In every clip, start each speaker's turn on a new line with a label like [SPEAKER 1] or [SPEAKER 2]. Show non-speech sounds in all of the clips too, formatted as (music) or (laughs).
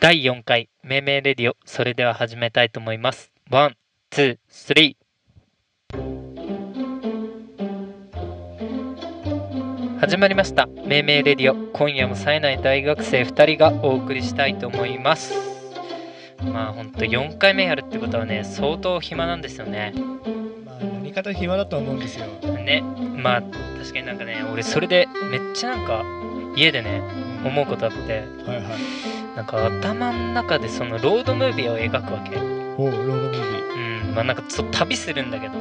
[SPEAKER 1] 第4回命名レディオそれでは始めたいと思いますワンツースリー始まりました命名レディオ今夜も冴えない大学生2人がお送りしたいと思いますまあほんと4回目やるってことはね相当暇なんですよね
[SPEAKER 2] まあ、何かと暇だと思うんですよ。
[SPEAKER 1] ねまあ確かになんかね俺それでめっちゃなんか家でね思うことあって
[SPEAKER 2] はいはい。
[SPEAKER 1] なんか頭の中でそのロードムービーを描くわけ
[SPEAKER 2] おう、ロードムービー。
[SPEAKER 1] うんまあなんかちょっと旅するんだけど、
[SPEAKER 2] お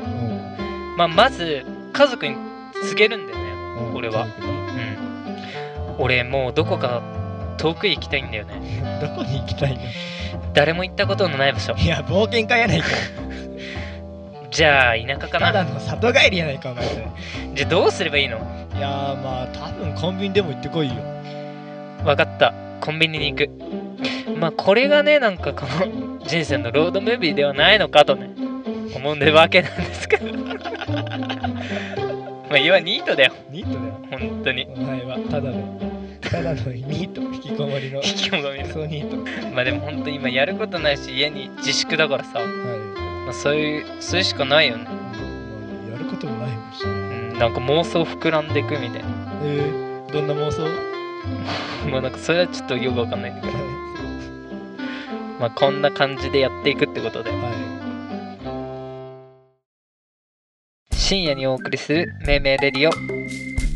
[SPEAKER 1] まあ、まず家族に告げるんだよね
[SPEAKER 2] うおう
[SPEAKER 1] 俺は。
[SPEAKER 2] 家族に
[SPEAKER 1] うん俺もうどこか遠くへ行きたいんだよね
[SPEAKER 2] どこに行きたいの
[SPEAKER 1] 誰も行ったことのない場所
[SPEAKER 2] いや、冒険家やないか。
[SPEAKER 1] じゃあ田舎か
[SPEAKER 2] ただ
[SPEAKER 1] な
[SPEAKER 2] の里帰りやないか、お前それ。い
[SPEAKER 1] じゃあどうすればいいの
[SPEAKER 2] やー、まあ、多分コンビニでも行ってこいよ。
[SPEAKER 1] わかったコンビニに行くまあこれがねなんかこの人生のロードムービーではないのかとね思うわけなんですけど (laughs) まあ要はニートだよ
[SPEAKER 2] ニートだよ。
[SPEAKER 1] 本当に (laughs)
[SPEAKER 2] お前は、ただの、ただのニート、引きこもりの。
[SPEAKER 1] 引きもみ
[SPEAKER 2] そうニート。
[SPEAKER 1] まあでも本当に今やることないし家に自粛だからさ、
[SPEAKER 2] は
[SPEAKER 1] まあ、そういうそれしかないよね、
[SPEAKER 2] い。もうやることもないもんし。
[SPEAKER 1] うん、なんか妄想膨らんでいくみたいな (laughs)
[SPEAKER 2] えー、どんな妄想
[SPEAKER 1] まあなんかそれはちょっとよくわかんないんだけどまあこんな感じでやっていくってことで
[SPEAKER 2] は
[SPEAKER 1] 深夜にお送りする命名レディオ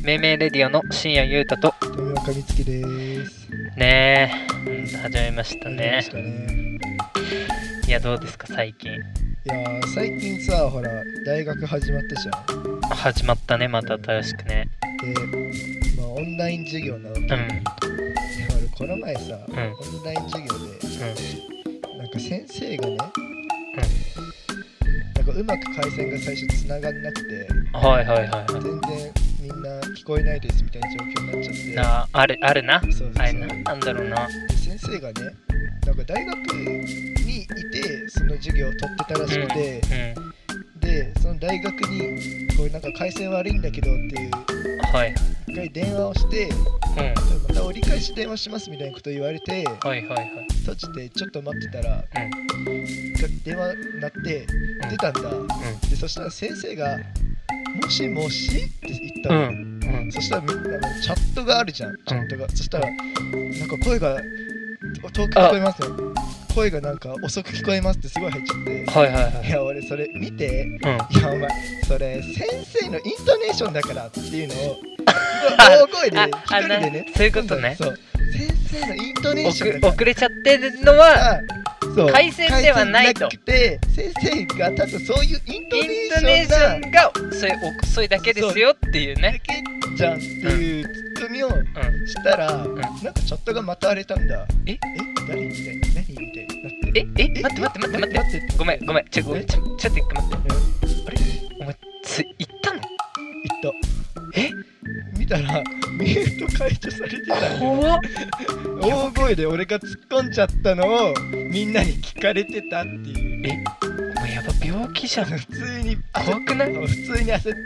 [SPEAKER 1] 命名レディオの深夜ゆうたと
[SPEAKER 2] い。富岡美月でーす。
[SPEAKER 1] ねえうん始めました
[SPEAKER 2] ありま
[SPEAKER 1] ね
[SPEAKER 2] したね。
[SPEAKER 1] いやどうですか最近
[SPEAKER 2] いやー最近さほら大学始まったじゃ
[SPEAKER 1] 始まったねまた新しくね
[SPEAKER 2] んで、まあ、オンライン授業なので
[SPEAKER 1] うん
[SPEAKER 2] 俺この前さ、
[SPEAKER 1] ん
[SPEAKER 2] オンライン授業でなんか先生がね、なんかうまく回線が最初つながんなくて
[SPEAKER 1] うんはいはいはいは
[SPEAKER 2] 全然みんな聞こえないですみたいな状況になっちゃって
[SPEAKER 1] いなああるあるな
[SPEAKER 2] そうそうそう
[SPEAKER 1] あれなんなんだろうな
[SPEAKER 2] で先生がねなんか大学にいてその授業を取ってたらしくて、
[SPEAKER 1] うん
[SPEAKER 2] でその大学にこうなんか回線悪いんだけどっていう
[SPEAKER 1] はい
[SPEAKER 2] 一回電話をして
[SPEAKER 1] うん
[SPEAKER 2] また折り返し電話しますみたいなこと言われて
[SPEAKER 1] はいはいはい。
[SPEAKER 2] 閉じてちょっと待ってたら、電話鳴って
[SPEAKER 1] ん
[SPEAKER 2] 出たんだ、でそしたら先生が「もしもし?」って言った
[SPEAKER 1] う
[SPEAKER 2] の、
[SPEAKER 1] ん。うん。
[SPEAKER 2] そしたらみんなのチャットがあるじゃんチャットが、そしたらなんか声がお遠く聞こえますよ声がなんか遅く聞こえますってすごい入っちゃって、、
[SPEAKER 1] はいはいはいい。
[SPEAKER 2] や俺それ見て
[SPEAKER 1] うん。
[SPEAKER 2] いやお前それ先生のイントネーションだからっていうのを大声で一人でね
[SPEAKER 1] そういうことね。
[SPEAKER 2] そう先生のイントネーション
[SPEAKER 1] 遅
[SPEAKER 2] だ
[SPEAKER 1] 遅れちゃってるのは、
[SPEAKER 2] そう
[SPEAKER 1] 回線ではないと
[SPEAKER 2] 回線じゃなくて先生がただそういうイント
[SPEAKER 1] イ
[SPEAKER 2] ネ
[SPEAKER 1] ン
[SPEAKER 2] ー
[SPEAKER 1] トネー
[SPEAKER 2] シ
[SPEAKER 1] シ
[SPEAKER 2] ョン
[SPEAKER 1] ョンがそれ遅いだけですよっていう
[SPEAKER 2] な
[SPEAKER 1] ね
[SPEAKER 2] だ。けじゃんっていうツッコミを
[SPEAKER 1] うん。
[SPEAKER 2] したら、
[SPEAKER 1] ん
[SPEAKER 2] なんかチャットがまた荒れたんだ
[SPEAKER 1] え
[SPEAKER 2] え誰みたいな何みたいになって
[SPEAKER 1] え、え、待って待って待って待って。
[SPEAKER 2] 待って
[SPEAKER 1] ごめんごめん。ちょ、ごめん。ちょ、ちょっと一回待って。あれお前、つ、行ったの
[SPEAKER 2] 言った
[SPEAKER 1] え
[SPEAKER 2] 見たらミュート解除されてたよ
[SPEAKER 1] 怖っ。
[SPEAKER 2] 大声で俺が突っ込んじゃったのをみんなに聞かれてたっていう
[SPEAKER 1] お前やば、病気じゃん。
[SPEAKER 2] 普通に
[SPEAKER 1] 怖くない
[SPEAKER 2] 普通に焦ったよ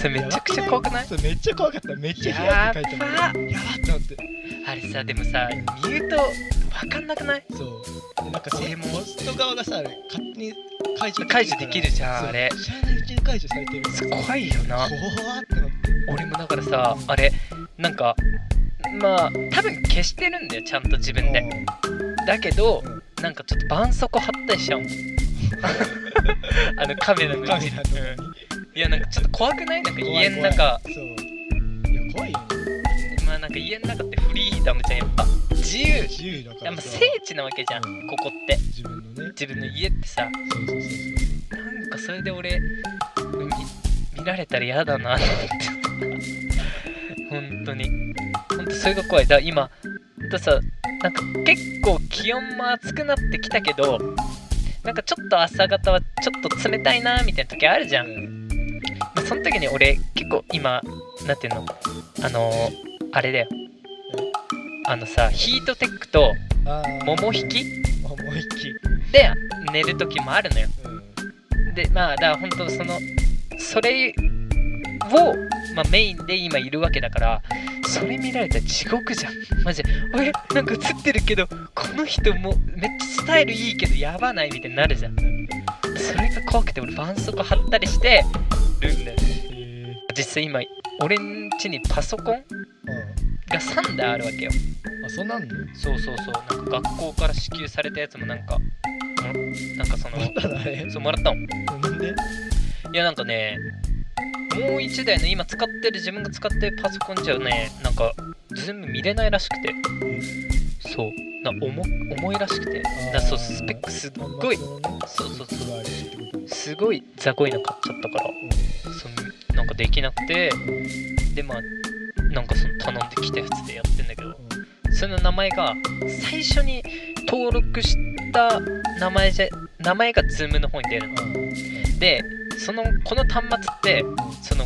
[SPEAKER 1] それめちゃくちゃ怖くない
[SPEAKER 2] そうめっちゃ怖かっためっちゃ嫌
[SPEAKER 1] や
[SPEAKER 2] って書いて
[SPEAKER 1] ば
[SPEAKER 2] あるやばって思って
[SPEAKER 1] あれさ、でもさ、ミュート、わかんなくない
[SPEAKER 2] そうでなんかそ
[SPEAKER 1] 俺
[SPEAKER 2] れ
[SPEAKER 1] も
[SPEAKER 2] もホスト側がさあれ勝手に解除
[SPEAKER 1] 解除できるじゃん
[SPEAKER 2] そう
[SPEAKER 1] あれ
[SPEAKER 2] 知らないうちに解除されてる
[SPEAKER 1] それ怖いよな。
[SPEAKER 2] 怖ってなって
[SPEAKER 1] 俺もだからさあれなんかまあ多分消してるんだよちゃんと自分でだけどなんかちょっと絆創膏貼ったりしちゃ
[SPEAKER 2] (laughs)
[SPEAKER 1] うんあのカメラの
[SPEAKER 2] うん
[SPEAKER 1] 位
[SPEAKER 2] カ
[SPEAKER 1] 置
[SPEAKER 2] メラとかに
[SPEAKER 1] いやなんかちょっと怖くないなんか
[SPEAKER 2] 怖
[SPEAKER 1] 家
[SPEAKER 2] い
[SPEAKER 1] の中
[SPEAKER 2] 怖いそういや怖いよね
[SPEAKER 1] まあなんか家の中ってフリーダムじゃんやっぱ自由
[SPEAKER 2] 自由だか
[SPEAKER 1] やっぱ
[SPEAKER 2] らさ
[SPEAKER 1] 聖地なわけじゃん
[SPEAKER 2] うん
[SPEAKER 1] ここって
[SPEAKER 2] 自分のね
[SPEAKER 1] 自分の家ってさ
[SPEAKER 2] そうそうそうそう
[SPEAKER 1] なんかそれで俺見見られたら嫌だなって本当に本当それが怖いだから今ださなんか結構気温も暑くなってきたけどなんかちょっと朝方はちょっと冷たいなみたいな時あるじゃん、
[SPEAKER 2] うん
[SPEAKER 1] まあその時に俺結構今なんていうのあのー、あれだよあのさヒートテックと
[SPEAKER 2] あー
[SPEAKER 1] 桃引き
[SPEAKER 2] 桃引き
[SPEAKER 1] で寝る時もあるのよ
[SPEAKER 2] うん
[SPEAKER 1] でまあだから本当そのそれを、まあ、メインで今いるわけだからそれ見られたら地獄じゃんマジで俺なんか映ってるけどこの人もめっちゃスタイルいいけどやばないみたいになるじゃんそれが怖くて俺絆創膏貼ったりしてるんだよね実際今俺ん家にパソコンが3台あるわけよ
[SPEAKER 2] あそんなんの
[SPEAKER 1] そうそうそうなんか学校から支給されたやつもなんかんなんかその
[SPEAKER 2] なんだろうあれ
[SPEAKER 1] そうもらったの
[SPEAKER 2] なんで
[SPEAKER 1] いやなんかねもう一台の今使ってる自分が使ってるパソコンじゃねなんか全部見れないらしくてそうな重重いらしくて
[SPEAKER 2] ー
[SPEAKER 1] なそうスペックすっごいそうそうそう
[SPEAKER 2] うあれってこと
[SPEAKER 1] すごい雑魚いの買っちゃったからそのなんかできなくてでまあなんかその頼んできたやつでやってんだけどその名前が最初に登録した名前じゃ名前が Zoom の方に出るのでそのこの端末ってその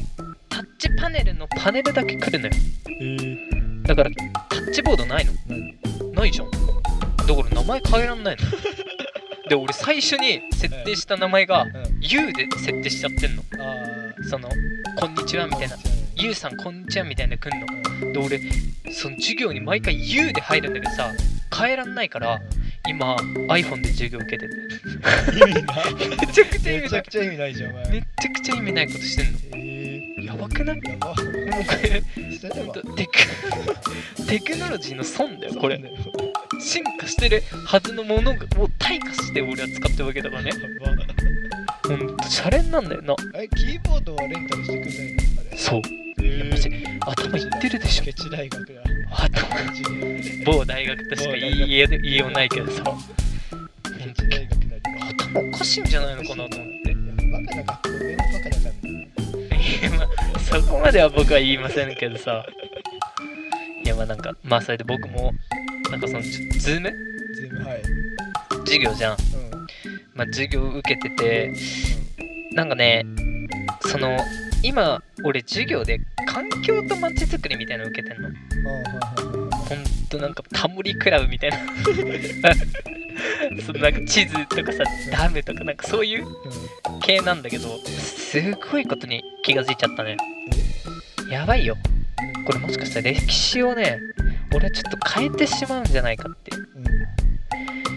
[SPEAKER 1] タッチパネルのパネルだけ来るのよ
[SPEAKER 2] え
[SPEAKER 1] だからタッチボードないのないじゃんだから名前変えらんないので俺最初に設定した名前が「U」で設定しちゃってんの
[SPEAKER 2] ああ
[SPEAKER 1] その「こんにちは」みたいな「
[SPEAKER 2] う
[SPEAKER 1] YOU さんこんにちは」みたいなの来んので俺その授業に毎回「U」で入るんだけどさ変えらんないから今 iPhone で授業受けてて
[SPEAKER 2] 意味ない
[SPEAKER 1] めちゃくちゃ意
[SPEAKER 2] め
[SPEAKER 1] 味
[SPEAKER 2] ち
[SPEAKER 1] な
[SPEAKER 2] ゃ
[SPEAKER 1] い
[SPEAKER 2] くちゃ意味ないじゃんお前
[SPEAKER 1] めちゃくちゃ意味ないことしてん
[SPEAKER 2] (laughs)
[SPEAKER 1] の
[SPEAKER 2] え
[SPEAKER 1] やばくない
[SPEAKER 2] ーやば
[SPEAKER 1] もうこれ
[SPEAKER 2] 捨てれば
[SPEAKER 1] ほんとテク (laughs) テクノロジーの損だよこれ
[SPEAKER 2] やば
[SPEAKER 1] 進化してるはずのものを退化して俺は使ってるわけだからねほんとシャレになんだよな
[SPEAKER 2] あれキーボードはレンタルしてくんないのあれ
[SPEAKER 1] そう
[SPEAKER 2] え
[SPEAKER 1] マジ頭いってるでしょ (laughs)
[SPEAKER 2] ケチ大学だ
[SPEAKER 1] 頭
[SPEAKER 2] マジで
[SPEAKER 1] 某大学としか言い言え言いようないけどさ
[SPEAKER 2] ケチ大学なりの
[SPEAKER 1] 頭おかしいんじゃないのかなと思って
[SPEAKER 2] いやバカな学校上のバカだから
[SPEAKER 1] いやまあそこまでは僕は言いませんけどさいやまあなんかまあそれで僕もなんかそのズズーム
[SPEAKER 2] 全部はい
[SPEAKER 1] 授業じゃん
[SPEAKER 2] うん
[SPEAKER 1] まあ授業受けててなんかねその今俺授業で環境とまちづくりみたいなの受けてんの
[SPEAKER 2] うん
[SPEAKER 1] ほんとなんかタモリクラブみたいな (laughs) そのなんか地図とかさダムとかなんかそういう系なんだけどすごいことに気がついちゃったねやばいよこれもしかしたら歴史をね俺はちょっと変えてしまうんじゃないかっ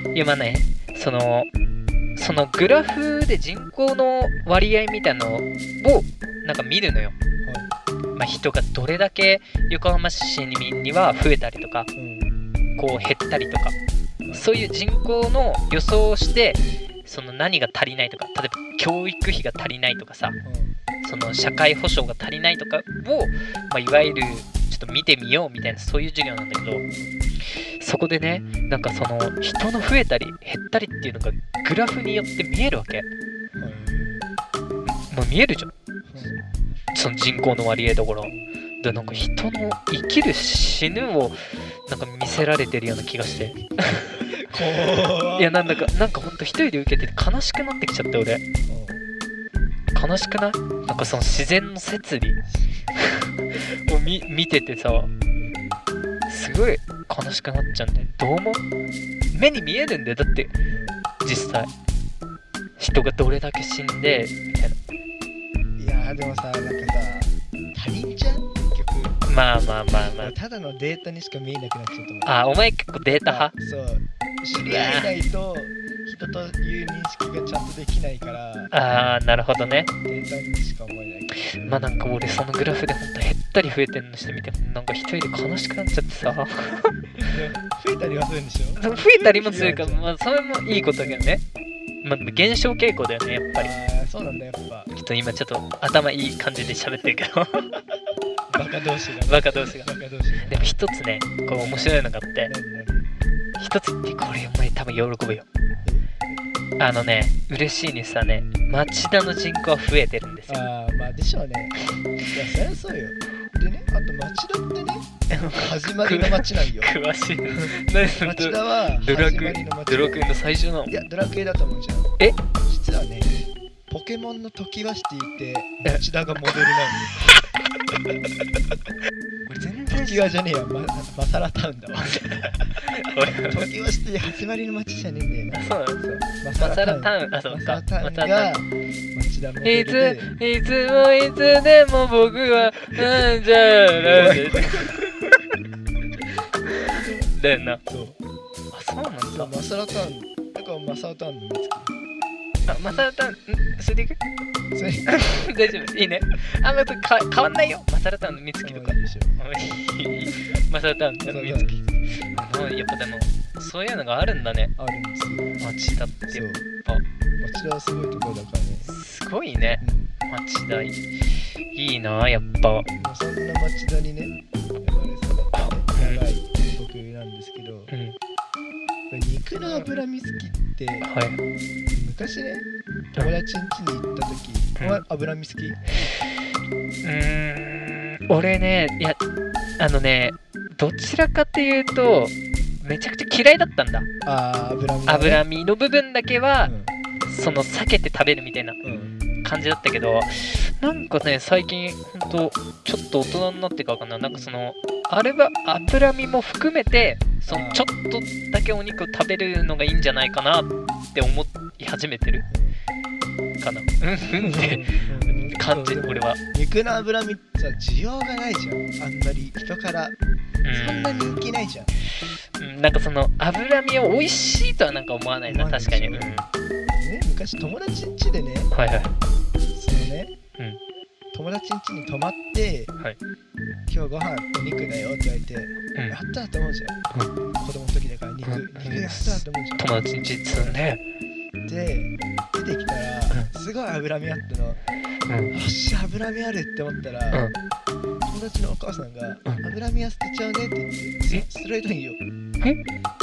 [SPEAKER 1] ていやまあねそのそのグラフで人口の割合みたいのをなんか見るのよ、まあ、人がどれだけ横浜市民には増えたりとかこう減ったりとかそういう人口の予想をしてその何が足りないとか例えば教育費が足りないとかさその社会保障が足りないとかを、まあ、いわゆるちょっと見てみようみたいなそういう授業なんだけどそこでねなんかその人の増えたり減ったりっていうのがグラフによって見えるわけもう見えるじゃんその人口の割合だからでなんか人の生きる死ぬをなんか見せられてるような気がしていやなんだかなんかほんと一人で受けてて悲しくなってきちゃって俺悲しくないなんかその自然の摂理 (laughs) を見見ててさすごい悲しくなっちゃうんだよどう思う目に見えるんだよだって実際人がどれだけ死んでみたい
[SPEAKER 2] いやでもさなんかさ他人じゃん結
[SPEAKER 1] な
[SPEAKER 2] 局
[SPEAKER 1] まあまあまあまあ
[SPEAKER 2] ただのデータにしか見えなくなっちゃうと思う
[SPEAKER 1] あお前結構データ派
[SPEAKER 2] そう知り合えないと人という認識がちゃんとできないから
[SPEAKER 1] ああなるほどね
[SPEAKER 2] データにしか思えない
[SPEAKER 1] まあなんか俺そのグラフでほんと減ったり増えてんのしてみてなんか一人で悲しくなっちゃって
[SPEAKER 2] (laughs)
[SPEAKER 1] さ
[SPEAKER 2] 増えたりはするんでしょ
[SPEAKER 1] 増えたりもするからまあそれもいいことだけどねまあでも減少傾向だよねやっぱり
[SPEAKER 2] ああそうなんだやっぱ
[SPEAKER 1] ちょっと今ちょっと頭いい感じで喋ってるけど (laughs)
[SPEAKER 2] バカ同士が
[SPEAKER 1] バカ同士が
[SPEAKER 2] バカ同士
[SPEAKER 1] でも一つねこう面白いのがあって一つ言ってこれお前多分喜ぶよあのね嬉しいニュースはね町田の人口は増えてるんですよ
[SPEAKER 2] ああまあでしょうねいやそりゃそうよでねあと町田ってね始まりの町な
[SPEAKER 1] (laughs)
[SPEAKER 2] んよ
[SPEAKER 1] 詳
[SPEAKER 2] (laughs)
[SPEAKER 1] しい何その
[SPEAKER 2] 町
[SPEAKER 1] ド
[SPEAKER 2] 田は
[SPEAKER 1] ドラ
[SPEAKER 2] 始
[SPEAKER 1] ク
[SPEAKER 2] ま
[SPEAKER 1] エ
[SPEAKER 2] りの町
[SPEAKER 1] ドラクエの最初なの
[SPEAKER 2] いやドラクエだと思うじゃん
[SPEAKER 1] え
[SPEAKER 2] 実はねポケモンの時はシティって町田がモデルな
[SPEAKER 1] 俺全
[SPEAKER 2] の
[SPEAKER 1] 然
[SPEAKER 2] 時はじゃねえやまマサラタウン
[SPEAKER 1] (laughs)
[SPEAKER 2] だわ
[SPEAKER 1] 俺
[SPEAKER 2] 時はシティ始まりの町じゃねえんだよな
[SPEAKER 1] あそうなんですよ
[SPEAKER 2] マ
[SPEAKER 1] マサ
[SPEAKER 2] サ
[SPEAKER 1] ラ
[SPEAKER 2] ラタウ
[SPEAKER 1] タ
[SPEAKER 2] ン
[SPEAKER 1] ウンあそう
[SPEAKER 2] マサ
[SPEAKER 1] か
[SPEAKER 2] ラタウン
[SPEAKER 1] マサラ
[SPEAKER 2] が町田モデ
[SPEAKER 1] い
[SPEAKER 2] ル
[SPEAKER 1] つ
[SPEAKER 2] で
[SPEAKER 1] いつもいつでも僕はなんじゃら
[SPEAKER 2] おいおい
[SPEAKER 1] だよな。
[SPEAKER 2] そう
[SPEAKER 1] あ、そうなん
[SPEAKER 2] そう
[SPEAKER 1] だ。
[SPEAKER 2] マサラターンだからマサラターンの美
[SPEAKER 1] あ、マサラタン、んそれでいく
[SPEAKER 2] 月それに
[SPEAKER 1] 大丈夫。いいね。あんま変わ変わんないよ。マサラタンの美月とか。
[SPEAKER 2] でしょ
[SPEAKER 1] いいいいマサラタンの美
[SPEAKER 2] マサラタ
[SPEAKER 1] 月。もうやっぱでも、そういうのがあるんだね。
[SPEAKER 2] あるんですよ
[SPEAKER 1] 町田って
[SPEAKER 2] そう
[SPEAKER 1] やっぱ。
[SPEAKER 2] 町田はすごいところだからね
[SPEAKER 1] すごいね。
[SPEAKER 2] うん
[SPEAKER 1] 町田。いいな、やっぱ。
[SPEAKER 2] まあそんな町田にね生まれ育った長い僕なんですけど
[SPEAKER 1] うん。
[SPEAKER 2] 肉の脂身好きって
[SPEAKER 1] はい。
[SPEAKER 2] 昔ね友達ん家に行った
[SPEAKER 1] う
[SPEAKER 2] 時「
[SPEAKER 1] ん
[SPEAKER 2] お前脂身好き?」
[SPEAKER 1] うーん俺ねいやあのねどちらかというとめちゃくちゃ嫌いだったんだ
[SPEAKER 2] あー脂身、ね、
[SPEAKER 1] 脂身の部分だけは、
[SPEAKER 2] うん
[SPEAKER 1] その避けて食べるみたいな
[SPEAKER 2] うん
[SPEAKER 1] 感じだったけどなんかね最近ほんとちょっと大人になってからかななんかそのあれは脂身も含めてそ
[SPEAKER 2] あ
[SPEAKER 1] の
[SPEAKER 2] ー
[SPEAKER 1] ちょっとだけお肉を食べるのがいいんじゃないかなって思い始めてるかなうんうんって
[SPEAKER 2] うん
[SPEAKER 1] 感じ俺は、
[SPEAKER 2] 肉の脂身ってさ需要がないじゃんあんまり人から
[SPEAKER 1] うん、
[SPEAKER 2] そんな人気ないじゃん、
[SPEAKER 1] うんなんかその脂身を美味しいとはなんか思わないな
[SPEAKER 2] 思わない
[SPEAKER 1] 確かに、うん、は
[SPEAKER 2] でし
[SPEAKER 1] い
[SPEAKER 2] ょね、昔友達ん家で
[SPEAKER 1] は
[SPEAKER 2] ね
[SPEAKER 1] い
[SPEAKER 2] そのね、
[SPEAKER 1] うん
[SPEAKER 2] 友達ん家に泊まって、
[SPEAKER 1] はい
[SPEAKER 2] 今日ご飯お肉だよって言われて、
[SPEAKER 1] うん
[SPEAKER 2] やったと思うじゃん、子供の時だから肉、
[SPEAKER 1] うん
[SPEAKER 2] 肉やったと思うじゃん
[SPEAKER 1] 友達に実はね、
[SPEAKER 2] で出てきたら、すごい脂身あったのよ
[SPEAKER 1] うん、
[SPEAKER 2] っしゃ脂身あるって思ったら、
[SPEAKER 1] うん
[SPEAKER 2] 友達のお母さんが、
[SPEAKER 1] うん
[SPEAKER 2] 脂身は捨てちゃうねって言って
[SPEAKER 1] え
[SPEAKER 2] 捨てられたんよ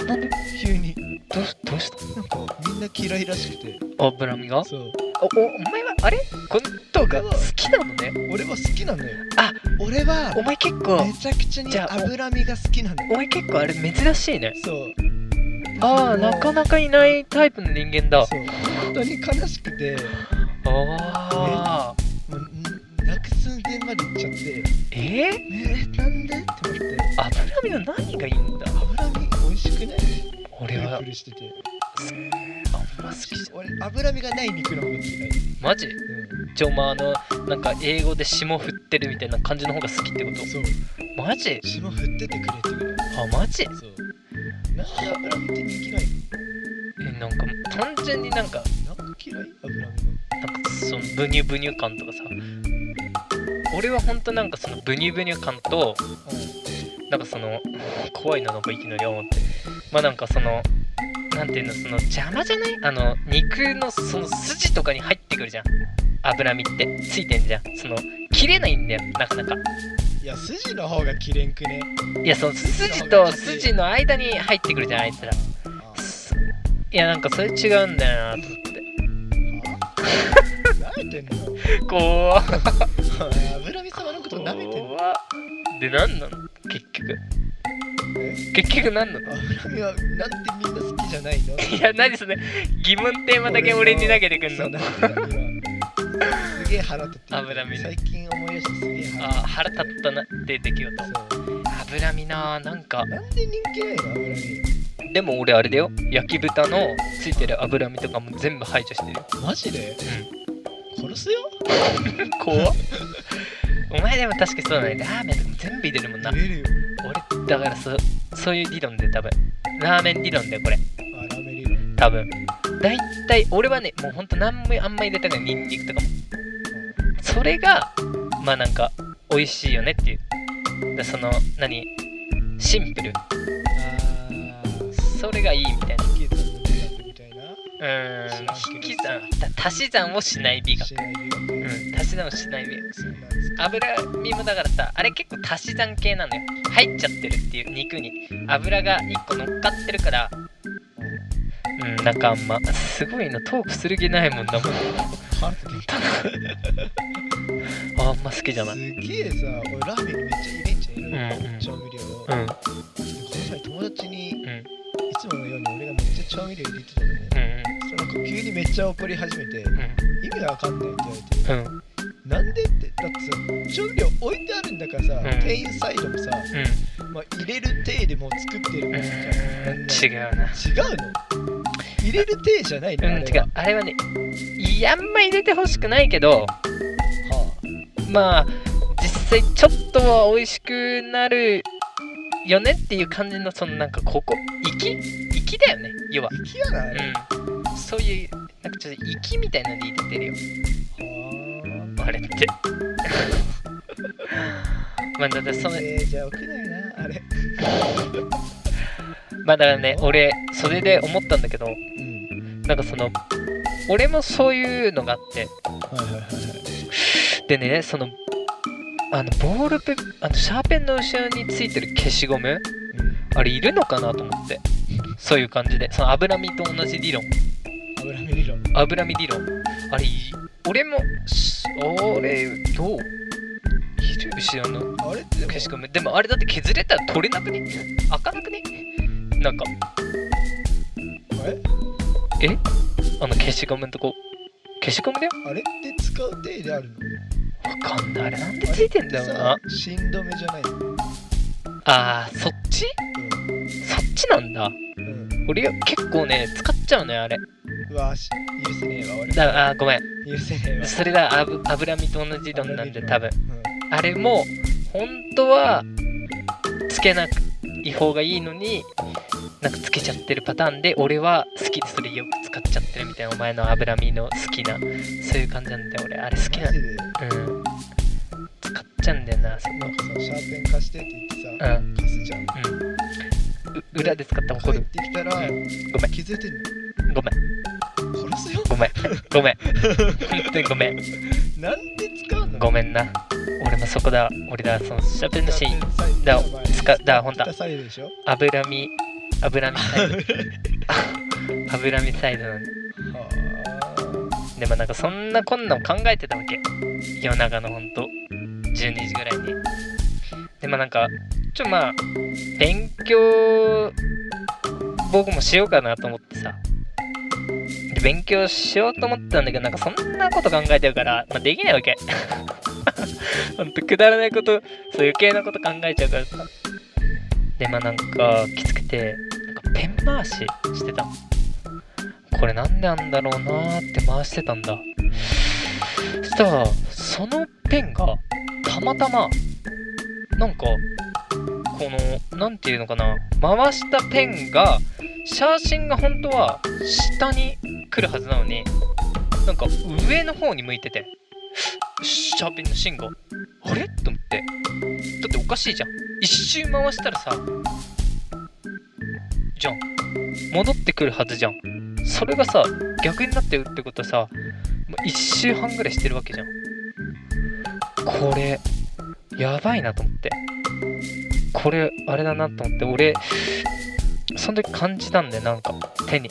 [SPEAKER 1] なんで
[SPEAKER 2] 急に
[SPEAKER 1] どうしどうした
[SPEAKER 2] なんかみんな嫌いらしくて
[SPEAKER 1] 脂身が
[SPEAKER 2] そう
[SPEAKER 1] おおお前はあれこの人が好きなのね
[SPEAKER 2] 俺は好きなのよ
[SPEAKER 1] あ
[SPEAKER 2] 俺は
[SPEAKER 1] お前結構
[SPEAKER 2] めちゃくちゃに
[SPEAKER 1] じゃあ
[SPEAKER 2] 脂身が好きなのよ
[SPEAKER 1] お前結構あれ珍しいね
[SPEAKER 2] そう
[SPEAKER 1] ああなかなかいないタイプの人間だ
[SPEAKER 2] そう本当に悲しくて
[SPEAKER 1] ああ
[SPEAKER 2] もう泣く寸前まで行っちゃって
[SPEAKER 1] えー、
[SPEAKER 2] えー、なんでって思って
[SPEAKER 1] 脂身の何がいいんだ
[SPEAKER 2] 脂身美味しくないプ
[SPEAKER 1] 俺
[SPEAKER 2] ル
[SPEAKER 1] は
[SPEAKER 2] プルしてて
[SPEAKER 1] あんま好きじゃ
[SPEAKER 2] 俺脂身がない肉の方が嫌い、
[SPEAKER 1] マジ
[SPEAKER 2] う
[SPEAKER 1] ちょまああのなんか英語で霜降ってるみたいな感じの方が好きってこ
[SPEAKER 2] ん、そう
[SPEAKER 1] とマジ
[SPEAKER 2] 霜降っててくれってぐらい
[SPEAKER 1] あマジ
[SPEAKER 2] そうなんで脂身って人気ない
[SPEAKER 1] えなんか単純になんか
[SPEAKER 2] なんか嫌い脂
[SPEAKER 1] なんかそのブニュブニュ感とかさ俺はほんとなんかそのブニュブニュ感と
[SPEAKER 2] 身
[SPEAKER 1] なんかその怖いななんかいきなり思ってまあなんかそのなんていうのその邪魔じゃないあの肉のその筋とかに入ってくるじゃん脂身ってついてんじゃんその切れないんだよなかなか
[SPEAKER 2] のいや筋の方が切れんくね
[SPEAKER 1] いやその筋と筋の間に入ってくるじゃんあいつら
[SPEAKER 2] あ
[SPEAKER 1] (laughs) いやなんかそれ違うんだよなと思って
[SPEAKER 2] 舐めてんの
[SPEAKER 1] 怖っ
[SPEAKER 2] 脂身様のこと舐めてんの
[SPEAKER 1] 怖っで何なの結局
[SPEAKER 2] え
[SPEAKER 1] 結局何なの
[SPEAKER 2] 脂身はなんでみんな好きじゃないの
[SPEAKER 1] いや何それ疑問テーマだけ俺に投げてくん
[SPEAKER 2] そう
[SPEAKER 1] の
[SPEAKER 2] なんか今すげえ腹立って
[SPEAKER 1] 脂身ね
[SPEAKER 2] 最近思い出してすげえ
[SPEAKER 1] あ
[SPEAKER 2] 腹
[SPEAKER 1] ー腹立
[SPEAKER 2] 立って
[SPEAKER 1] ったなって出来事
[SPEAKER 2] そう
[SPEAKER 1] 脂身なーなんか
[SPEAKER 2] なんで人気ないの脂身
[SPEAKER 1] でも俺あれだよ焼き豚のついてる脂身とかも全部排除してるよ
[SPEAKER 2] マジで殺すよ
[SPEAKER 1] 怖っお前でも確かにそうだねラーメンとかも全部入れるもんな
[SPEAKER 2] 入れるよ
[SPEAKER 1] 俺だからそそういう理論で多分ラーメン理論でこれ
[SPEAKER 2] あラーメン入れる
[SPEAKER 1] 多分大体俺はねもうほんと何もあんま入れたくないニンニクとかもそれがまあなんか美味しいよねっていうだその何シンプル
[SPEAKER 2] あー
[SPEAKER 1] それがいいみたいな
[SPEAKER 2] ケータの美学みたいな
[SPEAKER 1] うーん
[SPEAKER 2] 知らん
[SPEAKER 1] 引
[SPEAKER 2] け
[SPEAKER 1] き
[SPEAKER 2] どさ
[SPEAKER 1] 算た足し算をしない美学
[SPEAKER 2] しない美学
[SPEAKER 1] うん足し算をしない美学
[SPEAKER 2] そうなんです
[SPEAKER 1] 油身もだからさあれ結構足し算系なのよ入っちゃってるっていう肉に油が1個乗っかってるからうんなんかあんますごいなトークする気ないもんだもん
[SPEAKER 2] 腹立ってきた
[SPEAKER 1] あんま好きじゃない
[SPEAKER 2] すげえさ俺ラーメンにめっちゃ入れんじゃんいろいろ
[SPEAKER 1] うんうん
[SPEAKER 2] 調味料を、
[SPEAKER 1] う
[SPEAKER 2] こ
[SPEAKER 1] ん
[SPEAKER 2] の前友達にい
[SPEAKER 1] うんうん
[SPEAKER 2] つものように俺がめっちゃ調味料入れてたのねその子急にめっちゃ怒り始めて意味がわかんないって言われて
[SPEAKER 1] うんうんうん
[SPEAKER 2] なんでってだってさ調味料置いてあるんだからさ、
[SPEAKER 1] うん
[SPEAKER 2] 店員サイドもさ、まあ、入れる体でもう作ってるもんじゃんなんな
[SPEAKER 1] 違うな
[SPEAKER 2] 違うの入れる体じゃないの、あ
[SPEAKER 1] うん
[SPEAKER 2] れ
[SPEAKER 1] て
[SPEAKER 2] は
[SPEAKER 1] かあれはねいやあんま入れてほしくないけどまあ実際ちょっとは美味しくなるよねっていう感じのそのなんかここ粋粋だよね要は
[SPEAKER 2] 粋やなあれ、
[SPEAKER 1] うんそういうなんかちょっと粋みたいなので入れてるよあれって (laughs) まあだってその
[SPEAKER 2] えー、じゃあ起きないなあれ
[SPEAKER 1] まあだからね俺それで思ったんだけど
[SPEAKER 2] うん
[SPEAKER 1] なんかその俺もそういうのがあって
[SPEAKER 2] はいはいはいはい
[SPEAKER 1] でねそのあのボールペンあのシャーペンの後ろについてる消しゴム
[SPEAKER 2] うん
[SPEAKER 1] あれいるのかなと思ってそういう感じでその脂身と同じ理論
[SPEAKER 2] 油目理論
[SPEAKER 1] 脂身理論あれい俺もしあれどういる後ろの
[SPEAKER 2] あれってでも
[SPEAKER 1] 消しゴムでもあれだって削れたら取れなくね開かなくねなんか
[SPEAKER 2] あれ
[SPEAKER 1] あの消しゴムのとこ消しゴムだよ
[SPEAKER 2] あれって使う手であるの
[SPEAKER 1] わかんないあれなんでついてんだろうな
[SPEAKER 2] あれってさ芯止めじゃないの
[SPEAKER 1] あーそっちそっちなんだ
[SPEAKER 2] うん、うん
[SPEAKER 1] 俺結構ね使っちゃうのよあれ
[SPEAKER 2] うわし許せねえわ俺
[SPEAKER 1] だあーごめん
[SPEAKER 2] 許せねえわ
[SPEAKER 1] それが油脂身と同じ理論なんで多分
[SPEAKER 2] うん
[SPEAKER 1] あれも本当はつけなくいい方がいいのになんかつけちゃってるパターンで俺は好きでそれよく使っちゃってるみたいなお前の脂身の好きなそういう感じなんだよ俺あれ好きな
[SPEAKER 2] マジで
[SPEAKER 1] うん使っちゃうんだよなそ
[SPEAKER 2] な
[SPEAKER 1] の
[SPEAKER 2] んかさシャーペン貸してって言って
[SPEAKER 1] う
[SPEAKER 2] さ貸すじゃん
[SPEAKER 1] う裏で使ったら怒
[SPEAKER 2] 帰っ
[SPEAKER 1] る
[SPEAKER 2] てきたら
[SPEAKER 1] うんごめん
[SPEAKER 2] 気づいてん
[SPEAKER 1] ごめん
[SPEAKER 2] の殺すよ
[SPEAKER 1] ごめんごめん本当にごめん
[SPEAKER 2] なんで使うの
[SPEAKER 1] ごめんな俺もそこだ俺だそのシャーペンのシーンだ使うだほんとだ
[SPEAKER 2] サイドでしょ
[SPEAKER 1] 脂身脂身サイ
[SPEAKER 2] (laughs)
[SPEAKER 1] ド脂身サイドなんで
[SPEAKER 2] は
[SPEAKER 1] でもなんかそんなこんなん考えてたわけ夜中のほんと12時ぐらいにでもなんかちょまあ勉強僕もしようかなと思ってさで勉強しようと思ってたんだけどなんかそんなこと考えてるから、まあ、できないわけ (laughs) ほんとくだらないことそう余計なこと考えちゃうからさでまあなんかきつくてなんかペン回ししてたこれなんであんだろうなーって回してたんだそしたらそのペンがたまたまなんかこのなんていうのかな回したペンが写真が本当は下に来るはずなのになんか上の方に向いててシャーペンの芯があれと思ってだっておかしいじゃん一周回したらさじゃん戻ってくるはずじゃんそれがさ逆になってるってことはさ1週半ぐらいしてるわけじゃんこれやばいなと思ってこれあれだなと思って俺その時感じたんだよなんか手に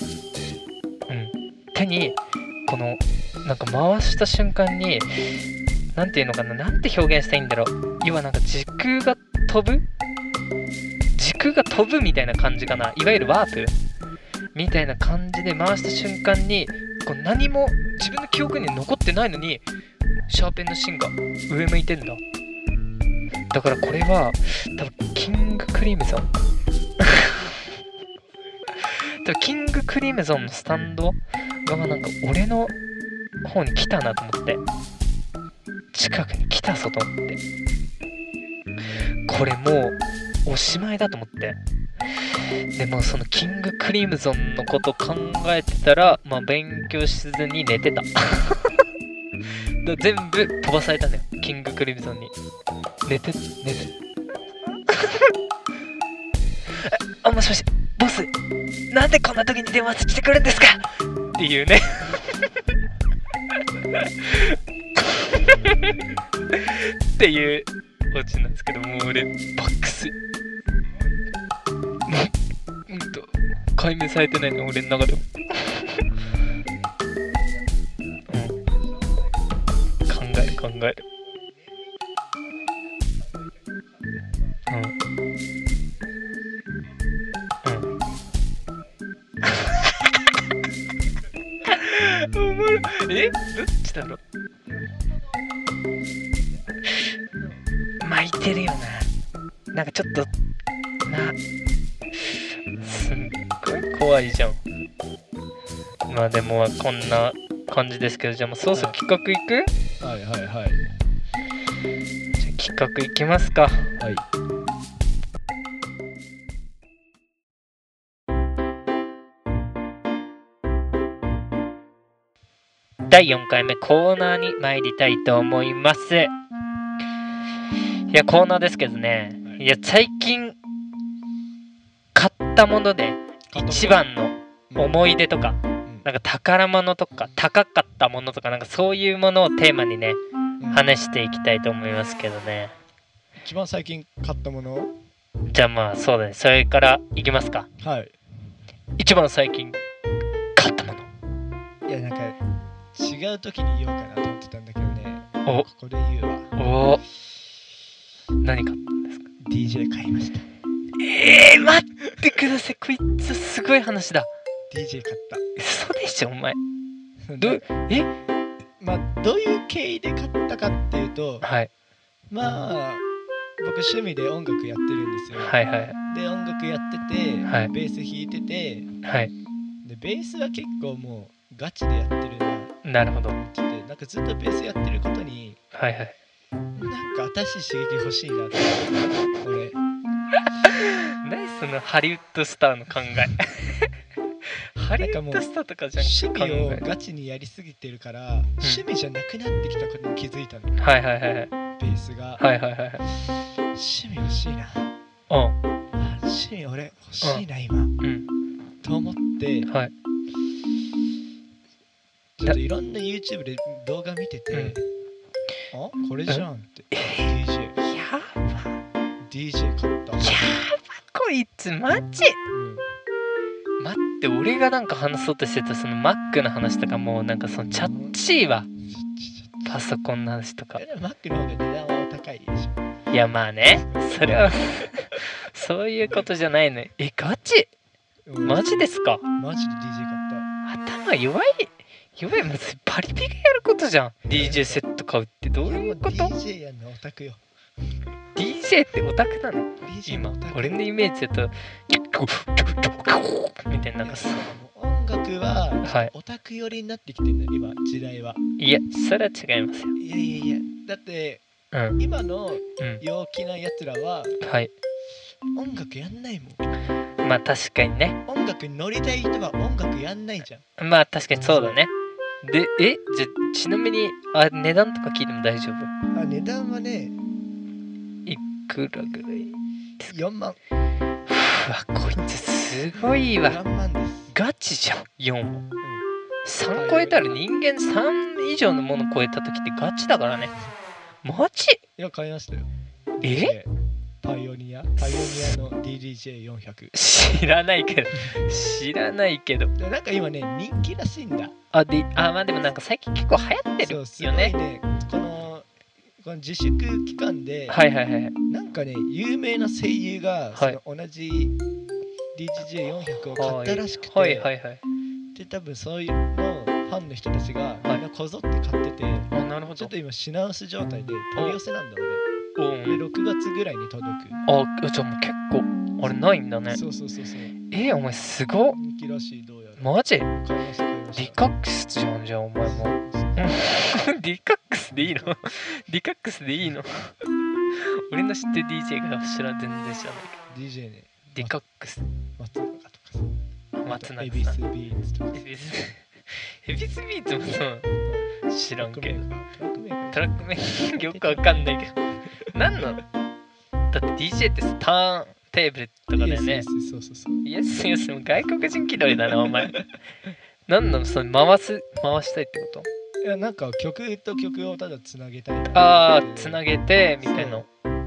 [SPEAKER 1] うん手にこのなんか回した瞬間になんていうのかななんて表現したらいいんだろう要はなんか時空が飛ぶ時空が飛ぶみたいな感じかないわゆるワープみたいな感じで回した瞬間にこう何も自分の記憶に残ってないのにシャーペンの芯が上向いてんだだからこれは多分キングクリムゾン (laughs) 多分キングクリムゾンのスタンドがなんか俺の方に来たなと思って近くに来たぞと思ってこれもうおしまいだと思ってでもそのキングクリムゾンのこと考えてたら、まあ、勉強しずに寝てた (laughs) だ全部飛ばされたんだよキングクリムゾンに寝て (laughs) 寝てああもしもしボスなんでこんな時に電話してくるんですかっていうね (laughs) っていうオチなんですけどもう俺バックスうんと解明されてないの俺の中でもうん考える考えるうん (laughs) うんおもろえどっちだろ巻いてるよななんかちょっとな (laughs) すっごい怖いじゃん。まあでもこんな感じですけど、じゃあもうそろそろ企画いく、
[SPEAKER 2] あはいはいはい
[SPEAKER 1] じゃあ企画いきますか。
[SPEAKER 2] はい
[SPEAKER 1] 第4回目コーナーに参りたいと思いますいやコーナーですけどねいや最近買ったもので一番の思い出とか、
[SPEAKER 2] ん
[SPEAKER 1] なんか宝物とか高かったものとかなんかそういうものをテーマにね
[SPEAKER 2] うん
[SPEAKER 1] 話していきたいと思いますけどね
[SPEAKER 2] 一番最近買ったもの
[SPEAKER 1] じゃあまあそうだねそれからいきますか
[SPEAKER 2] はい
[SPEAKER 1] 一番最近買ったもの
[SPEAKER 2] いやなんか違う時に言おうかなと思ってたんだけどね
[SPEAKER 1] お
[SPEAKER 2] ここで言うわ
[SPEAKER 1] おー何買ったんですか
[SPEAKER 2] DJ 買いました
[SPEAKER 1] えー、待ってくださいこいつすごい話だ
[SPEAKER 2] DJ 買っ
[SPEAKER 1] 嘘でしょお前
[SPEAKER 2] た
[SPEAKER 1] どうえ
[SPEAKER 2] まあどういう経緯で買ったかっていうと
[SPEAKER 1] はい
[SPEAKER 2] まあ僕趣味で音楽やってるんですよ、
[SPEAKER 1] はいはい
[SPEAKER 2] で音楽やってて、
[SPEAKER 1] はい
[SPEAKER 2] ベース弾いてて
[SPEAKER 1] はい
[SPEAKER 2] でベースは結構もうガチでやってるなって
[SPEAKER 1] なるほどは
[SPEAKER 2] 思っててなんかずっとベースやってることに
[SPEAKER 1] いはい
[SPEAKER 2] なんか新しい刺激欲しいなって俺
[SPEAKER 1] 何そのハリウッドスターの考えハリウッドスターとかじゃん
[SPEAKER 2] 趣味を
[SPEAKER 1] 考
[SPEAKER 2] ガチにやりすぎてるから、趣味じゃなくなってきたことに気づいたの
[SPEAKER 1] えはいはいはいはい
[SPEAKER 2] ベースが、
[SPEAKER 1] はいはいはい
[SPEAKER 2] 趣味欲しいな
[SPEAKER 1] はい
[SPEAKER 2] あ趣味俺欲しいな今
[SPEAKER 1] うん
[SPEAKER 2] と思って
[SPEAKER 1] うんはい
[SPEAKER 2] ちょっといろんな YouTube で動画見てて、あこれじゃんって DJ
[SPEAKER 1] やば
[SPEAKER 2] DJ 買った、
[SPEAKER 1] やばこいつマジ
[SPEAKER 2] うん
[SPEAKER 1] 待って俺がなんか話そうとしてたそのマックの話とかもうなんかそのチャッチーわ
[SPEAKER 2] ちょちょちょ
[SPEAKER 1] パソコンの話とか
[SPEAKER 2] えでもマックの方が値段はお高いでしょ
[SPEAKER 1] いやまあねそれは (laughs) そういうことじゃないのよえガチ
[SPEAKER 2] うん
[SPEAKER 1] マジですか
[SPEAKER 2] マジで DJ 買っ
[SPEAKER 1] 頭弱い弱いまずパリピがやることじゃん DJ セット買うってど
[SPEAKER 2] た
[SPEAKER 1] ういうこ
[SPEAKER 2] いや
[SPEAKER 1] と
[SPEAKER 2] もう DJ やんのオタクよ
[SPEAKER 1] DJ ってオタクなの
[SPEAKER 2] DJ の
[SPEAKER 1] 今
[SPEAKER 2] オタク
[SPEAKER 1] 俺のイメージだとみたいななんかそ
[SPEAKER 2] いやそう音楽は
[SPEAKER 1] はい
[SPEAKER 2] オタク寄りになってきてんだよ今時代はい
[SPEAKER 1] やそれは違いますよ
[SPEAKER 2] いやいやいやだって
[SPEAKER 1] うん
[SPEAKER 2] 今の
[SPEAKER 1] う
[SPEAKER 2] 陽気なやつらは
[SPEAKER 1] んはい
[SPEAKER 2] 音楽やんないもん
[SPEAKER 1] まあ確かにね
[SPEAKER 2] 音楽に乗りたい人は音楽やんないじゃん
[SPEAKER 1] まあ確かにそうだねでえじゃちなみにあ値段とか聞いても大丈夫
[SPEAKER 2] あ値段はね
[SPEAKER 1] いくらぐらい
[SPEAKER 2] 4万
[SPEAKER 1] うわこいつすごいわ
[SPEAKER 2] 4万です
[SPEAKER 1] ガチじゃん4も3超えたら人間3以上のもの超えた時ってガチだからねマジ
[SPEAKER 2] いや買いましたよ
[SPEAKER 1] え
[SPEAKER 2] DJ パイオニアパイオニアの DDJ400
[SPEAKER 1] 知らないけど知らないけど
[SPEAKER 2] でなんか今ね人気らしいんだ
[SPEAKER 1] あであまあでもなんか最近結構流行って
[SPEAKER 2] そ
[SPEAKER 1] る
[SPEAKER 2] うすご
[SPEAKER 1] よ
[SPEAKER 2] い
[SPEAKER 1] ね
[SPEAKER 2] ねこのこの自粛期間で、
[SPEAKER 1] はいはいはいはい
[SPEAKER 2] なんかね有名な声優が、
[SPEAKER 1] はい
[SPEAKER 2] その同じ DDJ400 を買ったらしくて、
[SPEAKER 1] はいはいはい
[SPEAKER 2] で多分そういうのをファンの人たちがみんなこぞって買ってて、
[SPEAKER 1] あなるほ
[SPEAKER 2] ちょ
[SPEAKER 1] ど
[SPEAKER 2] っと今品薄状態で取り寄せなんだ俺
[SPEAKER 1] う
[SPEAKER 2] で
[SPEAKER 1] ん
[SPEAKER 2] 6月ぐらいに届く、
[SPEAKER 1] あじゃあもう結構あれないんだね
[SPEAKER 2] そうそうそうそう
[SPEAKER 1] えお前すごっ
[SPEAKER 2] 人気らしいどうやら
[SPEAKER 1] マジ
[SPEAKER 2] 買いました買いました
[SPEAKER 1] リカックスじゃんじゃあお前もう (laughs) リカックスでいいの (laughs) リカックスでいいの (laughs) 俺の知ってる DJ が知ら全然知らないけ
[SPEAKER 2] DJ ね
[SPEAKER 1] どリカックス
[SPEAKER 2] 松永とかさ
[SPEAKER 1] 松
[SPEAKER 2] エ
[SPEAKER 1] 永
[SPEAKER 2] ビ
[SPEAKER 1] さん
[SPEAKER 2] スビーンズとか
[SPEAKER 1] エビス (laughs) エビスビートもそう知らんけど
[SPEAKER 2] トラックメーカー
[SPEAKER 1] トラックメイ (laughs) クよくわかんないけど何なのだって DJ ってさターンテーブルとかだよね
[SPEAKER 2] そうそうそうそう
[SPEAKER 1] イエスイエスもう外国人気取りだなお前 (laughs) 何なのその回す回したいってこ
[SPEAKER 2] いやなんか曲と曲をただつなげたい
[SPEAKER 1] とああつなげてみたいな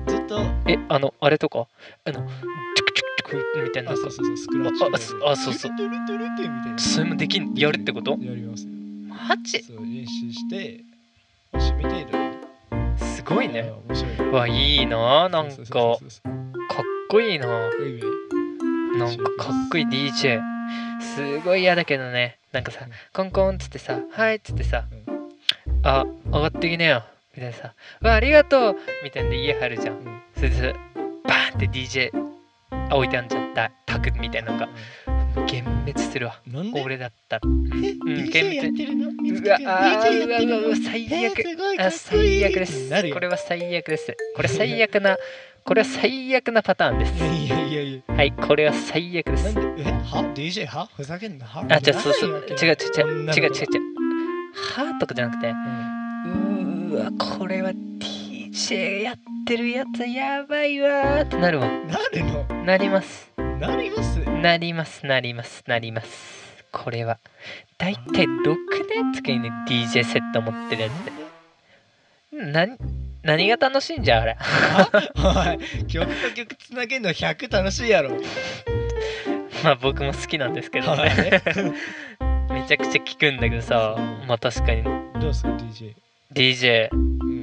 [SPEAKER 2] ずっと
[SPEAKER 1] えあのあれとかあのチュクチュクチュクみたいな
[SPEAKER 2] あ
[SPEAKER 1] さ
[SPEAKER 2] そうそうそうスクラッチ
[SPEAKER 1] ああすあそうそう
[SPEAKER 2] トゥルトゥルトゥルトゥルみたいな
[SPEAKER 1] それもできんやるってこと
[SPEAKER 2] やりますよ
[SPEAKER 1] マジ
[SPEAKER 2] そう練習して趣味程度に
[SPEAKER 1] すごい
[SPEAKER 2] い
[SPEAKER 1] ね
[SPEAKER 2] や面白いね
[SPEAKER 1] わいいなあなんか
[SPEAKER 2] そう
[SPEAKER 1] か
[SPEAKER 2] そうそうそう
[SPEAKER 1] っこいいなあ
[SPEAKER 2] ウェイウェイ
[SPEAKER 1] なんかかっこいい DJ すごい嫌だけどねなんかさ
[SPEAKER 2] うん
[SPEAKER 1] コンコンっつってさ「はい」っつってさ
[SPEAKER 2] う
[SPEAKER 1] 「あ上がってきなよ」みたいなさ「わありがとう」みたいなんで家入るじゃん
[SPEAKER 2] うん
[SPEAKER 1] それでさバーンって DJ あ置いてあんじゃんだタクみたいなのが幻滅するわ
[SPEAKER 2] なんで
[SPEAKER 1] 俺だったら
[SPEAKER 2] え
[SPEAKER 1] ん
[SPEAKER 2] DJ やってるの見つ
[SPEAKER 1] う
[SPEAKER 2] け
[SPEAKER 1] わ
[SPEAKER 2] て
[SPEAKER 1] あ
[SPEAKER 2] DJ
[SPEAKER 1] ーう
[SPEAKER 2] やって
[SPEAKER 1] わうわう
[SPEAKER 2] る
[SPEAKER 1] わ
[SPEAKER 2] の
[SPEAKER 1] 最
[SPEAKER 2] えー
[SPEAKER 1] 悪
[SPEAKER 2] すごいか
[SPEAKER 1] あ
[SPEAKER 2] っこいい
[SPEAKER 1] 最悪です
[SPEAKER 2] なるよ
[SPEAKER 1] これは最悪ですこれ最悪なこれは最悪なパターンです
[SPEAKER 2] いやいやいやいや
[SPEAKER 1] はいこれは最悪で
[SPEAKER 2] なん
[SPEAKER 1] す
[SPEAKER 2] でえは DJ はふざけんなは
[SPEAKER 1] あじゃあそうそう
[SPEAKER 2] な
[SPEAKER 1] 違
[SPEAKER 2] いうわけ
[SPEAKER 1] 違う違う違う違う違うはとかじゃなくて
[SPEAKER 2] うん
[SPEAKER 1] うーわこれは DJ やってるやつやばいわーってなるわ
[SPEAKER 2] なるの
[SPEAKER 1] なります
[SPEAKER 2] なります
[SPEAKER 1] なりますなりますなりますこれはだいたい6年つけにね DJ セット持ってるやつで何何が楽しいんじゃあれ (laughs)
[SPEAKER 2] おい曲と曲つなげるの100楽しいやろ
[SPEAKER 1] まあ僕も好きなんですけどねめちゃくちゃ聞くんだけどさまあ確かに
[SPEAKER 2] どうですか DJ
[SPEAKER 1] DJ
[SPEAKER 2] う
[SPEAKER 1] うん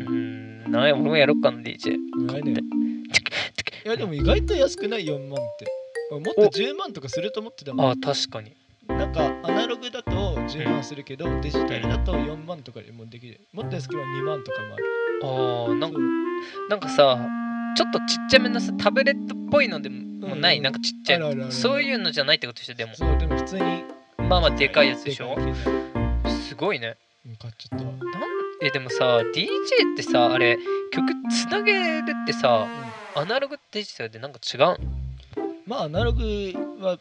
[SPEAKER 1] んなんや俺もやろっかな DJ
[SPEAKER 2] ないね
[SPEAKER 1] チクチク
[SPEAKER 2] いやでも意外と安くない4万って俺もっと10万とかすると思ってたも
[SPEAKER 1] あ
[SPEAKER 2] ん
[SPEAKER 1] 確かに
[SPEAKER 2] なんかアナログだと10万するけど、デジタルだと4万とかでもできるもっと安くは2万とかもある
[SPEAKER 1] あーなんか
[SPEAKER 2] そう
[SPEAKER 1] なんかさちょっとちっちゃめのさタブレットっぽいのでもない、
[SPEAKER 2] うん
[SPEAKER 1] なんかちっちゃい
[SPEAKER 2] あるあるある
[SPEAKER 1] そういうのじゃないってことでしょでも
[SPEAKER 2] そうでも普通に
[SPEAKER 1] まあまあでかいやつでしょ
[SPEAKER 2] でかい携
[SPEAKER 1] すごいね
[SPEAKER 2] 帯うん買っちゃったわ
[SPEAKER 1] なんえでもさ DJ ってさあれ曲つなげるってさアナログデジタルでなんか違うん
[SPEAKER 2] まあアナログは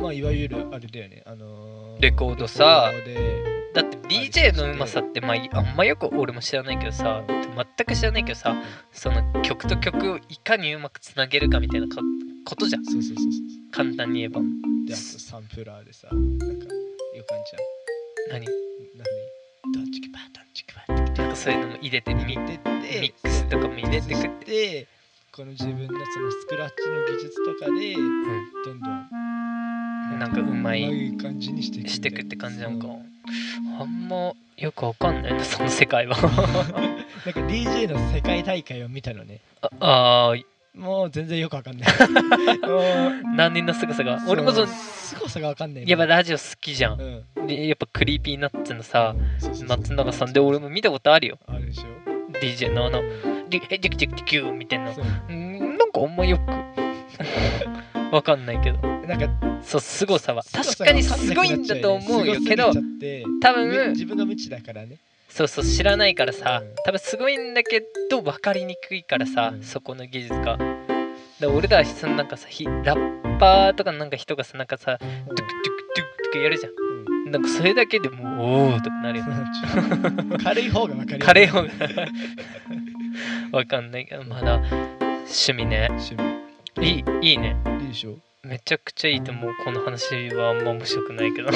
[SPEAKER 2] まあいわゆるあれだよねあのー、
[SPEAKER 1] レコードさ
[SPEAKER 2] レコードで
[SPEAKER 1] だって DJ のうまさって、まあ、あんまよく俺も知らないけどさ全く知らないけどさその曲と曲をいかにうまくつなげるかみたいなかことじゃん
[SPEAKER 2] そうそうそうそう
[SPEAKER 1] 簡単に言えば
[SPEAKER 2] であとサンプラーでさなんかよかんちゃ
[SPEAKER 1] 何
[SPEAKER 2] ん何ドンチキパードンチキパーって
[SPEAKER 1] なんかそういうのも入れてみ
[SPEAKER 2] 見てって
[SPEAKER 1] ミックスとかも入れてくって
[SPEAKER 2] てこの自分のそのスクラッチの技術とかで
[SPEAKER 1] ん
[SPEAKER 2] どんどん
[SPEAKER 1] なんかうま
[SPEAKER 2] う
[SPEAKER 1] い
[SPEAKER 2] 感じにしていく
[SPEAKER 1] してくって感じなのか
[SPEAKER 2] うん
[SPEAKER 1] あんまよくわかんないなその世界は (laughs)
[SPEAKER 2] (laughs) なんか DJ の世界大会を見たのね
[SPEAKER 1] ああー
[SPEAKER 2] もう全然よくわかんない
[SPEAKER 1] (laughs)
[SPEAKER 2] も
[SPEAKER 1] 何人の凄さが
[SPEAKER 2] う
[SPEAKER 1] 俺もその
[SPEAKER 2] 凄さがわかんない
[SPEAKER 1] やっぱラジオ好きじゃ
[SPEAKER 2] うんん
[SPEAKER 1] でやっぱクリーピーナッツのさ
[SPEAKER 2] そうそうそう
[SPEAKER 1] 松永さんで俺も見たことあるよ
[SPEAKER 2] あるでしょ
[SPEAKER 1] DJ のあの「リヘジクジクジキュー」みたいな
[SPEAKER 2] そう
[SPEAKER 1] うんなんかあんまよく (laughs) わかんないけど
[SPEAKER 2] なんか
[SPEAKER 1] そう凄さは
[SPEAKER 2] 凄
[SPEAKER 1] 確
[SPEAKER 2] さ
[SPEAKER 1] か
[SPEAKER 2] が
[SPEAKER 1] に
[SPEAKER 2] 分
[SPEAKER 1] す
[SPEAKER 2] んな
[SPEAKER 1] ご
[SPEAKER 2] く
[SPEAKER 1] い
[SPEAKER 2] なっ
[SPEAKER 1] ん
[SPEAKER 2] ちゃ
[SPEAKER 1] だと思うよけど
[SPEAKER 2] 凄すぎちゃって
[SPEAKER 1] 多分
[SPEAKER 2] 自分が無知だからね
[SPEAKER 1] そうそう知らないからさ
[SPEAKER 2] うん
[SPEAKER 1] 多分すごいんだけど分かりにくいからさ、
[SPEAKER 2] うん
[SPEAKER 1] そこの技術が。で俺らはそのなんかさひラッパーとかなんか人がさなんかさドゥクドゥクドゥクとかやるじゃ
[SPEAKER 2] うん
[SPEAKER 1] んなんかそれだけでもうおーとかなるよ
[SPEAKER 2] そ
[SPEAKER 1] ね
[SPEAKER 2] うなんですよ軽い方がわかりやすい
[SPEAKER 1] カレーを (laughs) わかんないけどまだ趣味ね
[SPEAKER 2] 趣
[SPEAKER 1] いいいいね
[SPEAKER 2] 味いいでしょ
[SPEAKER 1] めちゃくちゃいいと思うこの話はあんま面白くない
[SPEAKER 2] (laughs)
[SPEAKER 1] けど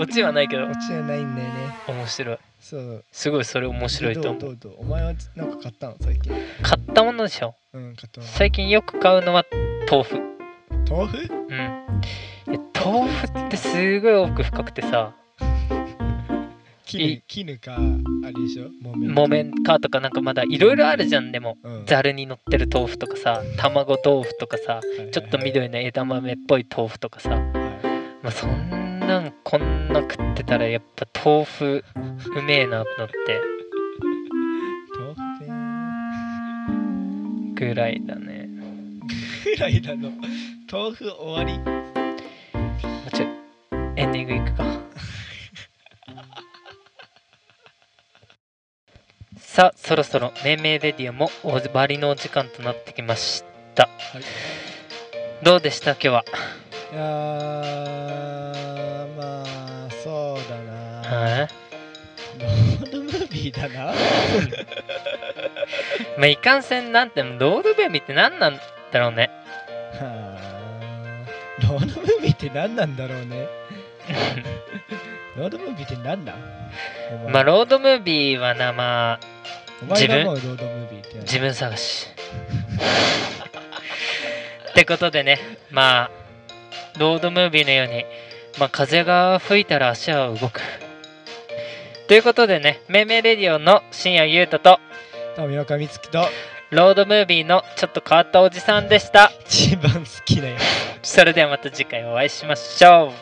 [SPEAKER 1] オチはないけど
[SPEAKER 2] 落ちはないんだよね
[SPEAKER 1] 面白い
[SPEAKER 2] そう
[SPEAKER 1] すごいそれ面白いと思
[SPEAKER 2] ど
[SPEAKER 1] う
[SPEAKER 2] うどうどうお前はなんか買ったの最近
[SPEAKER 1] 買ったものでしょ
[SPEAKER 2] うん買ったの
[SPEAKER 1] 最近よく買うのは豆腐
[SPEAKER 2] (laughs) 豆腐
[SPEAKER 1] うん、いや豆腐ってすごい奥深くてさい
[SPEAKER 2] 絹絹かあれでしょ木綿
[SPEAKER 1] 木綿かとかなんかまだいろいろあるじゃんでも
[SPEAKER 2] うん
[SPEAKER 1] ざるに乗ってる豆腐とかさ卵豆腐とかさ
[SPEAKER 2] はいはいはい
[SPEAKER 1] ちょっと緑の枝豆っぽい豆腐とかさ、
[SPEAKER 2] は
[SPEAKER 1] まあ、そんなんこんな食ってたらやっぱ豆腐うめえなと思って
[SPEAKER 2] い豆腐ね
[SPEAKER 1] ぐらいだね
[SPEAKER 2] ぐらいなの豆腐終わり
[SPEAKER 1] もうちょいエンディングいくか (laughs) さあそろそろ命名レディオも終わりのお時間となってきました
[SPEAKER 2] はい
[SPEAKER 1] どうでした今日はい
[SPEAKER 2] やーまあそうだな
[SPEAKER 1] は
[SPEAKER 2] ロードムービーだない
[SPEAKER 1] まあいかんせんなんてもロードベビーって何なんだろうね
[SPEAKER 2] は (laughs) ーロードムービーって何なんだろうねロードムービーって何なんお前
[SPEAKER 1] まあロードムービーはなまあ
[SPEAKER 2] お前が
[SPEAKER 1] 自分
[SPEAKER 2] 思うロードムービーって何
[SPEAKER 1] 自分探しってことでねまあロードムービーのように、まあ、風が吹いたら足は動くということでねめいめいレディオの深夜優太と
[SPEAKER 2] 富岡美月と
[SPEAKER 1] ロードムービーのちょっと変わったおじさんでした
[SPEAKER 2] 一番好きなやつ
[SPEAKER 1] それではまた次回お会いしましょう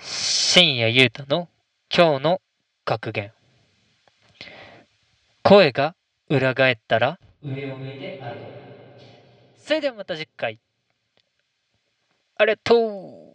[SPEAKER 1] 深夜ゆうたの今日の格言声が裏返ったら上を向いて歩くそれではまた次回ありがとう